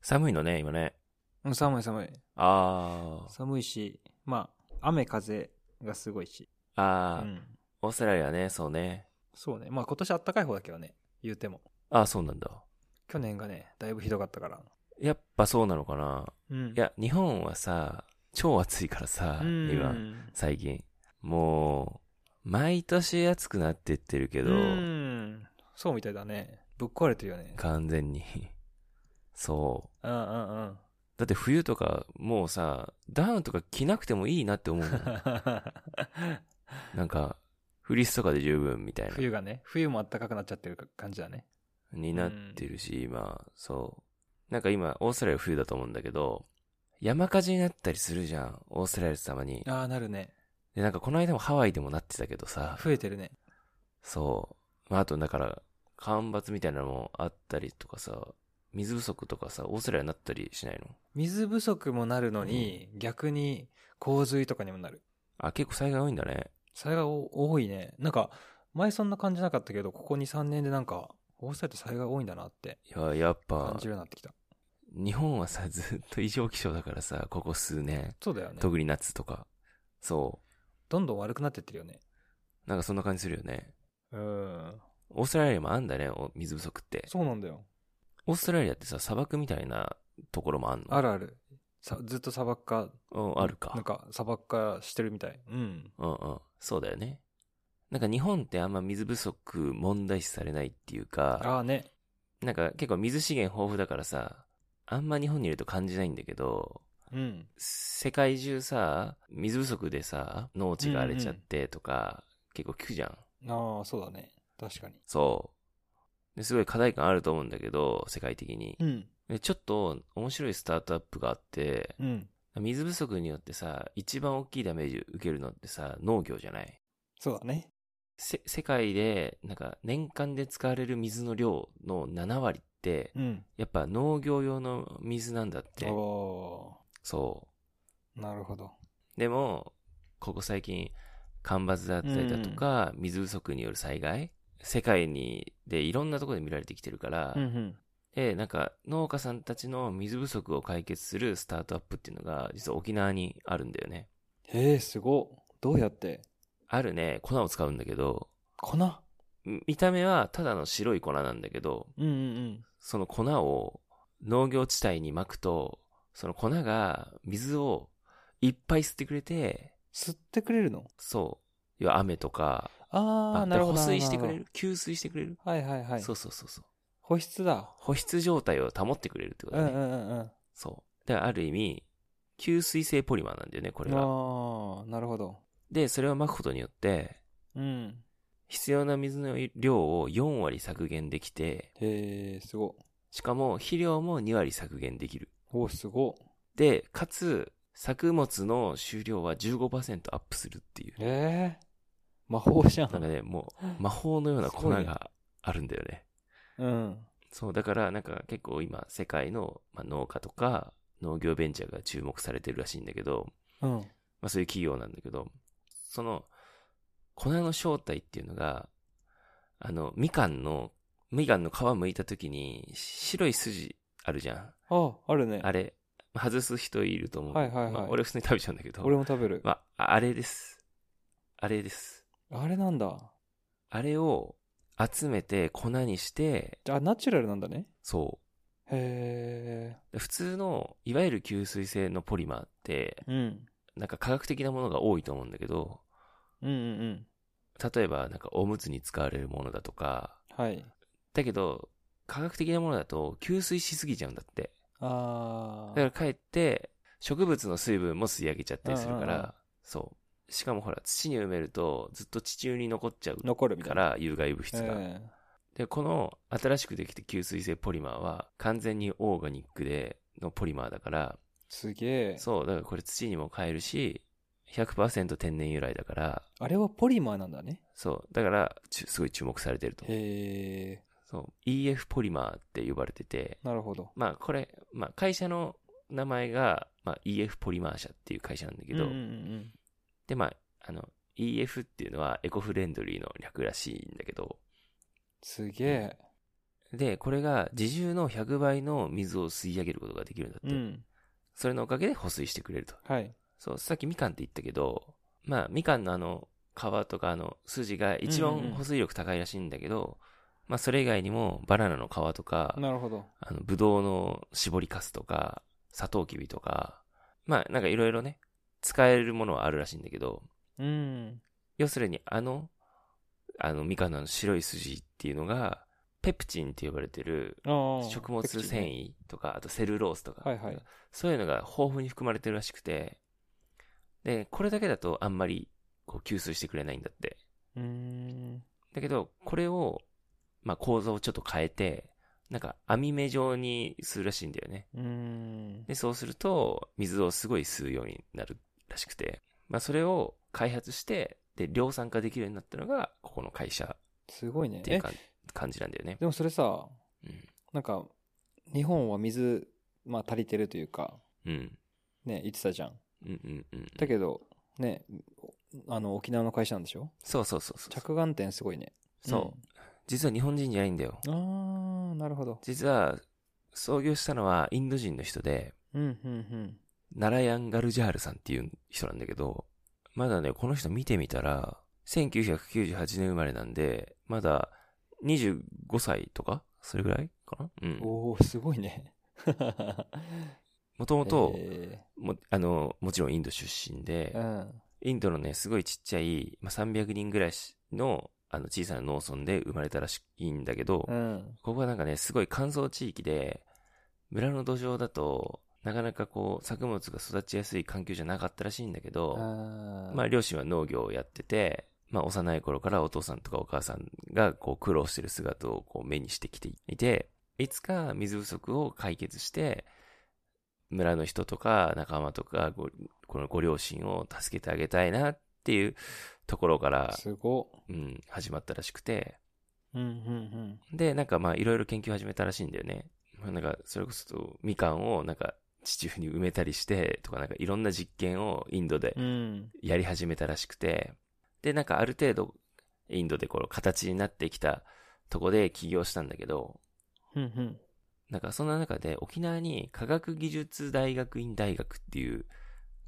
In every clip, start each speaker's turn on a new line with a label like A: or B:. A: 寒いのね、今ね。
B: うん寒い寒い。
A: あ
B: 寒いし、まあ、雨風がすごいし。
A: あ。ああ、
B: うん。
A: オーストラリアね、そうね。
B: そうね。まあ今年あったかい方だけどね、言うても。
A: ああ、そうなんだ。
B: 去年がね、だいぶひどかったから。
A: やっぱそうなのかな。
B: うん。
A: いや、日本はさ、超暑いからさ、
B: うん、
A: 今、最近。もう、毎年暑くなってってるけど、
B: うん。そうみたいだね。ぶっ壊れてるよね。
A: 完全に。そう。
B: うんうん うん。
A: だって冬とか、もうさ、ダウンとか着なくてもいいなって思う もんなんか、フリスとかで十分みたいな、
B: 冬がね、冬も暖かくなっちゃってる感じだね。
A: になってるし、今、そう。なんか今、オーストラリア冬だと思うんだけど、山火事になったりするじゃん、オーストラリア様に。
B: ああ、なるね。
A: で、なんかこの間もハワイでもなってたけどさ、
B: 増えてるね。
A: そう。まあ、あとだから、干ばつみたいなのもあったりとかさ、水不足とかさ、オーストラリアになったりしないの
B: 水不足もなるのに、逆に洪水とかにもなる。
A: あ、結構災害多いんだね。
B: 災害お多いね。なんか、前そんな感じなかったけど、ここ2、3年でなんか、大阪って災害多いんだなって
A: いや、やっぱ
B: 感じ、るようになってきた。
A: 日本はさ、ずっと異常気象だからさ、ここ数年。
B: そうだよね。
A: 特に夏とか。そ
B: どんどん悪くなってってるよね。
A: う。なんかそんな感じするよね。
B: うん。
A: オーストラリアもあんだね、お水不足って。
B: そうなんだよ。
A: オーストラリアってさ、砂漠みたいなところもあんの
B: あるある。さずっと砂漠化。
A: うん、あるか
B: なん。か、砂漠化してるみたい。うん。
A: うんうん。そうだよね。なんか日本ってあんま水不足問題視されないっていう
B: あ
A: か、
B: あね。
A: なんか結構水資源豊富だからさ、あんま日本にいると感じないんだけど、
B: うん。
A: 世界中さ、水不足でさ、農地が荒れちゃってとか、結構聞くじゃん。
B: ああ、そうだね。確かに。
A: そう。ですごい課題感あると思うんだけど、世界的に。
B: うん。
A: でちょっと面白いスタートアップがあって、
B: うん。
A: 水不足によってさ、一番大きいダメージ受けるのってさ、農業じゃない
B: そうだね。
A: せ世界で、なんか年間で使われる水の量の7割って、
B: うん。
A: やっぱ農業用の水なんだって。
B: お
A: そ
B: ーなるほど。
A: う。でも、ここ最近、干ばつだったりだとか、水不足による災害、世界に、で、いろんなところで見られてきてるから、
B: ん。
A: で、なんか農家さんたちの水不足を解決するスタートアップっていうのが、実は沖縄にあるんだよね。
B: へえ、すごっ。どうやって
A: あるね、粉を使うんだけど、
B: 粉うん
A: 見た目はただの白い粉なんだけど、
B: んうん
A: その粉を農業地帯にまくと、その粉が水をいっぱい吸ってくれて、
B: 吸ってくれるの
A: そう、要は雨とか、
B: ああ、なるほど。
A: 保水してくれ
B: な
A: る吸水してくれる、
B: ほど。はいはいはい。
A: そうそうそうそう。
B: 保湿だ。
A: 保湿状態を保ってくれるってこ
B: う
A: とだね。
B: んうんうんうん。
A: そう。だからある意味、吸水性ポリマーなんだよね、これは。
B: ああ、なるほど。
A: で、それをまくことによって、
B: うん。
A: 必要な水の量を4割削減できて、
B: へえ、すごっ。
A: しかも肥料も2割削減できる。
B: おお、すごっ。
A: で、かつ、作物の収量は15%アップするっていう。
B: ええ、魔法じゃ
A: なんか
B: ん。
A: ね、もう、魔法のような
B: す
A: 粉
B: ごいね
A: があるんだよね。
B: うん。
A: そう、だからなんか結構今、世界の、まあ、農家とか、農業ベンチャーが注目されてるらしいんだけど、
B: うん。
A: まあそういう企業なんだけど、その、粉の正体っていうのが、あの、みかんの、みかんの皮剥いた時に、白い筋あるじゃん。
B: あ、あるね。
A: あれ、外す人いると思う。
B: はいはいはい
A: まあ俺普通に食べちゃうんだけど。
B: 俺も食べる。
A: まあ、あれです。あれです。
B: あれなんだ。
A: あれを集めて粉にして、
B: あ、ナチュラルなんだね。
A: そ
B: へ
A: う。普通の、いわゆる吸水性のポリマーって、
B: え。うん。
A: なんか科学的なものが多いと思うんだけど、
B: うんうんうん。
A: 例えばなんかおむつに使われるものだとか、
B: はい。
A: だけど、科学的なものだと吸水しすぎちゃうんだって。
B: あ
A: だか
B: あ。
A: らかえって、植物の水分も吸い上げちゃったりするか
B: うんうんうん
A: ら、そう。しかもほら、土に埋めると、ずっと地中に残っちゃう
B: 残るみた
A: か
B: いな。
A: ら、有害物質が。
B: え
A: で、この新しくできた吸水性ポリマーは完全にオーガニックでのポリマーだから、
B: えすげえ。
A: そう、だからこれ土にも変えるし、100%天然由来だから、
B: あれはポリマーなんだね。
A: そう、だから、ちゅすごい注目されてると思う。
B: へえ。
A: そう、EF ポリマーって呼ばれてて、
B: なるほど。
A: まあこれ、まあ会社の名前が、まあ EF ポリマー社っていう会社なんだけど、
B: うんうんうん
A: でまあ、あの、EF っていうのはエコフレンドリーの略らしいんだけど、
B: すげえ。
A: で、これが自重の100倍の水を吸い上げることができるんだって。
B: うん。
A: それのおかげで保水してくれると。
B: はい。
A: そう、さっきみかんって言ったけど、まあ、みかんのあの、皮とかあの、筋が一
B: うんうんう
A: 番
B: ん
A: 保水力高いらしいんだけど、まあ、それ以外にも、バナナの皮とか、
B: なるほど。
A: あの、ぶどうの絞りかすとか、サトウキビとか、まあ、なんかいろいろね、使えるものはあるらしいんだけど、
B: うん。
A: 要するにあの、あの、みかんのあの白い筋っていうのが、ペプチンって呼ばれてる
B: ああ。
A: 食物繊
B: 維。
A: 維とか、あとセルロースとか、
B: はいはい。
A: そういうのが豊富に含まれてるらしくて、で、これだけだとあんまりこう吸水してくれないんだって。
B: うーん。
A: だけど、これを、まあ、構造をちょっと変えて、なんか網目状にするらしいんだよね。
B: うーん。
A: で、そうすると、水をすごい吸うようになるらしくて、まあ、それを開発して、で、量産化できるようになったのが、ここの会社
B: すごいね
A: っ。てい
B: え
A: う、か感じなんだよね。
B: でもそれさ、
A: うん。
B: なんか、日本は水、まあ足りてるというか、
A: うん。
B: ね、言ってたじゃん。
A: うんうんうん。
B: だけど、ね、あの、沖縄の会社なんでしょ
A: そうそうそうそう。
B: 着眼点すごいね。
A: そう。実は日本人じゃないんだよ。
B: うん。ああ、なるほど。
A: 実は、創業したのはインド人の人で、
B: うん、うん、うん。
A: ナラヤン・ガルジャールさんっていう人なんだけど、まだね、この人見てみたら、1998年生まれなんで、まだ25歳とかそれぐらいかなうん。
B: おおすごいね。
A: もともと、
B: え
A: も、あの、もちろんインド出身
B: ー
A: で、
B: うん。
A: インドのね、すごいちっちゃい、まあ、300人ぐらいしの、あの、小さな農村で生まれたらしいんだけど、
B: うん。
A: ここはなんかね、すごい乾燥地域で、村の土壌だと、なかなかこう、作物が育ちやすい環境じゃなかったらしいんだけど、
B: あ
A: まあ、両親は農業をやってて、まあ、幼い頃からお父さんとかお母さんがこう苦労してる姿をこう目にしてきていて、いつか水不足を解決して、村の人とか仲間とかご、このご両親を助けてあげたいなっていうところから、
B: すご。
A: うん、始まったらしくて、
B: うん、うん、
A: で、なんかまあいろいろ研究始めたらしいんだよね。まあなんか、それこそみかんをなんか地中に埋めたりしてとかなんかいろんな実験をインドで
B: うん。うん。
A: やり始めたらしくて、で、なんかある程度、インドでこの形になってきたとこで起業したんだけど、
B: うん、うん。
A: なんかそんな中で沖縄に科学技術大学院大学っていう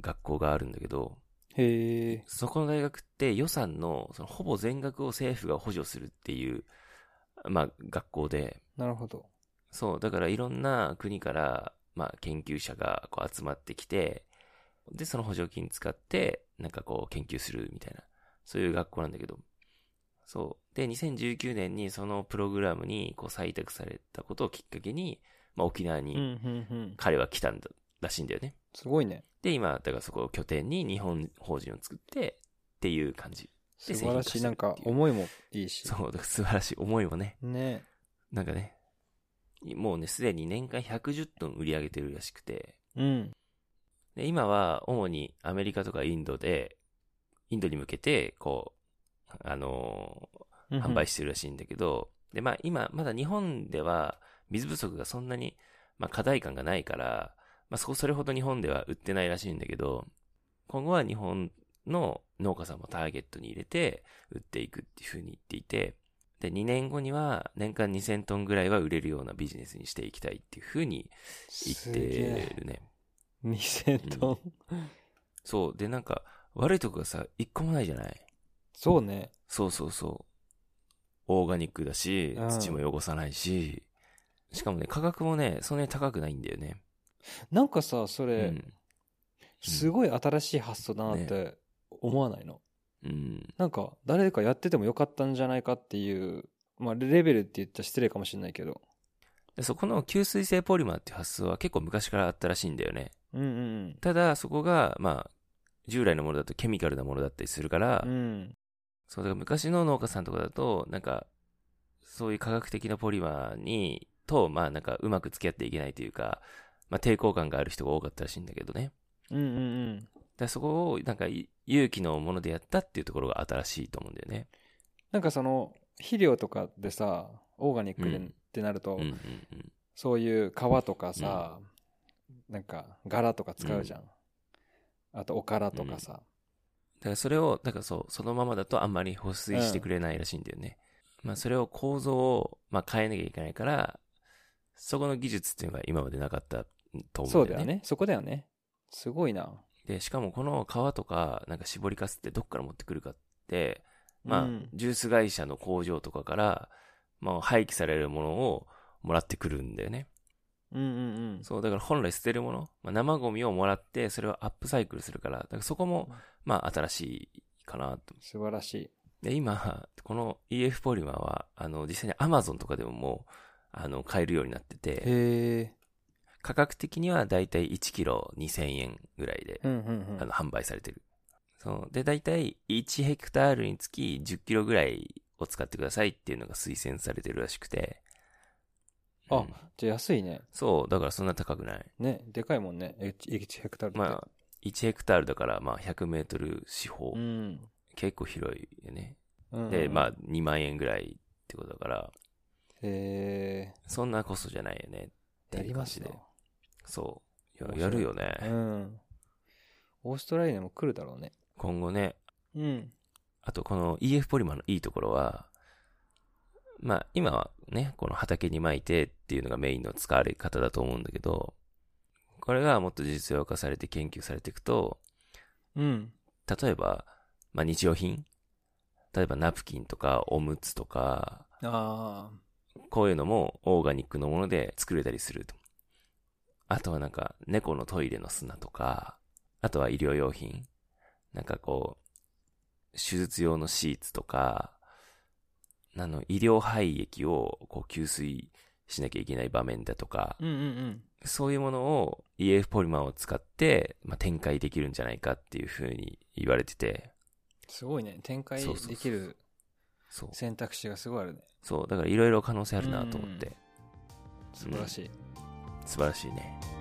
A: 学校があるんだけど、
B: へえ。
A: そこの大学って予算のそのほぼ全額を政府が補助するっていう、まあ学校で、
B: なるほど。
A: そう、だからいろんな国から、まあ研究者がこう集まってきて、で、その補助金使って、なんかこう研究するみたいな、そういう学校なんだけど、そう。で、2019年にそのプログラムにこう採択されたことをきっかけに、まあ沖縄
B: うん、う
A: に
B: ん、うん。
A: 彼は来たんだ、らしいんだよね。
B: すごいね。
A: で、今、だからそこを拠点に日本法人を作って、っていう感じ。
B: 素晴らしい。
A: 製品
B: なん
A: 化
B: か
A: してるっていう
B: 思いもいいし。
A: そう、だから素晴らしい思いもね、
B: ね。
A: なんかね、もうね、すでに年間110トン売り上げてるらしくて、
B: うん。
A: で今は主にアメリカとかインドで、インドに向けて、こう、あのー販売
B: し
A: してるらしいんだけど、で、まあ今、まだ日本では水不足がそんなに、まあ課題感がないから、まあそこそれほど日本では売ってないらしいんだけど、今後は日本の農家さんもターゲットに入れて売っていくっていうふうに言っていて、で、2年後には年間2000トンぐらいは売れるようなビジネスにしていきたいっていうふうに言ってるね。
B: 2000トン。
A: そう。で、なんか、悪いとこがさ、一個もないじゃない
B: そうね。
A: そうそうそう。オーガニックだし
B: う、ん
A: 土も汚さないし、しかもね、価格もね、そんなに高くないんだよね。
B: なんかさ、そうれ、
A: ん。
B: すごい新しい発想だなって思わないの、
A: うん。
B: なんか誰かやっててもよかったんじゃないかっていう、まあ、レベルって言ったら失礼かもしれないけど
A: でそこの吸水性ポリマーっていう発想は結構昔からあったらしいんだよね。
B: うんうん
A: ただ、そこが、まあ、従来のものだとケミカルなものだったりするから、
B: うん
A: そう、だから昔の農家さんとかだと、なんか、そういう科学的なポリマーに、と、まあなんかうまく付き合っていけないというか、まあ抵抗感がある人が多かったらしいんだけどね。
B: うんうんうん
A: だからそこをなんかい勇気のものでやったっていうところが新しいと思うんだよね。
B: なんかその肥料とかでさオーガニックで
A: うん
B: ってなると、
A: うんうんうん。
B: そういう皮とかさ、なんか柄とか使うじゃん、あとおからとかさ、
A: だからそれを、だからそう、そのままだとあんまり保水してくれないらしいんだよね。まあ、それを構造を、まあ、変えなきゃいけないから、そこの技術っていうのが今までなかったと思
B: そううん
A: だ
B: だ
A: よ
B: よ
A: ね。
B: ね。そこだよね。すごいな。
A: で、しかもこの皮とか、なんか絞りかすってどっから持ってくるかって、まあ、
B: うん
A: ジュース会社の工場とかから、まあ、廃棄されるものをもらってくるんだよね。
B: うんうん
A: そう、だから本来捨てるもの、まあ、生ゴミをもらって、それをアップサイクルするから、だからそこも
B: うん、
A: まあ、新しいかなと。
B: 素晴らしい。
A: で、今、この EF ポリマーは、あの、実際に Amazon とかでももう、あの、買えるようになってて、
B: へえ。
A: 価格的にはだいたい1キロ2000円ぐらいで、
B: うんうんう
A: あ
B: ん
A: の、。販売されてる。そう。で、大体1ヘクタールにつき10キロぐらいを使ってくださいっていうのが推薦されてるらしくて。
B: あ
A: うん
B: じゃあ安いね。
A: そう。だからそんな高くない。
B: ね、でかいもんね。1, ヘクタールって。
A: まあ、1ヘクタールだから、まあ、100メートル四方。
B: うん。
A: 結構広いよね。
B: うん
A: で、まあ、2万円ぐらいってことだから、
B: へ
A: そんなコストじゃないよね。
B: え。やります
A: って
B: ね
A: いう感。そう。い
B: 面
A: やや
B: 白い
A: るよ
B: う
A: ね。
B: ん。オーストラリアにも来るだろうね。
A: 今後ね、
B: うん。
A: あとこの EF ポリマーのいいところは、まあ今はね、この畑に巻いてっていうのがメインの使われ方だと思うんだけど、これがもっと実用化されて研究されていくと、
B: うん。
A: 例えば、まあ日用品例えばナプキンとかおむつとか、
B: ああ。
A: こういうのもオーガニックのもので作れたりすると。あとはなんか猫のトイレの砂とか、あとは医療用品。なんかこう、手術用のシーツとか、あの、医療廃液をこう吸水しなきゃいけない場面だとか、
B: うんうん
A: そういうものを EF ポリマーを使って、まあ、展開できるんじゃないかっていうふうに言われてて、
B: すごいね。展開
A: そうそうそう
B: できる
A: そう。
B: 選択肢がすごいあるね。
A: そう。だからいろいろ可能性あるなと思っ
B: う
A: て、
B: 素晴らしい。
A: 素晴らしいね。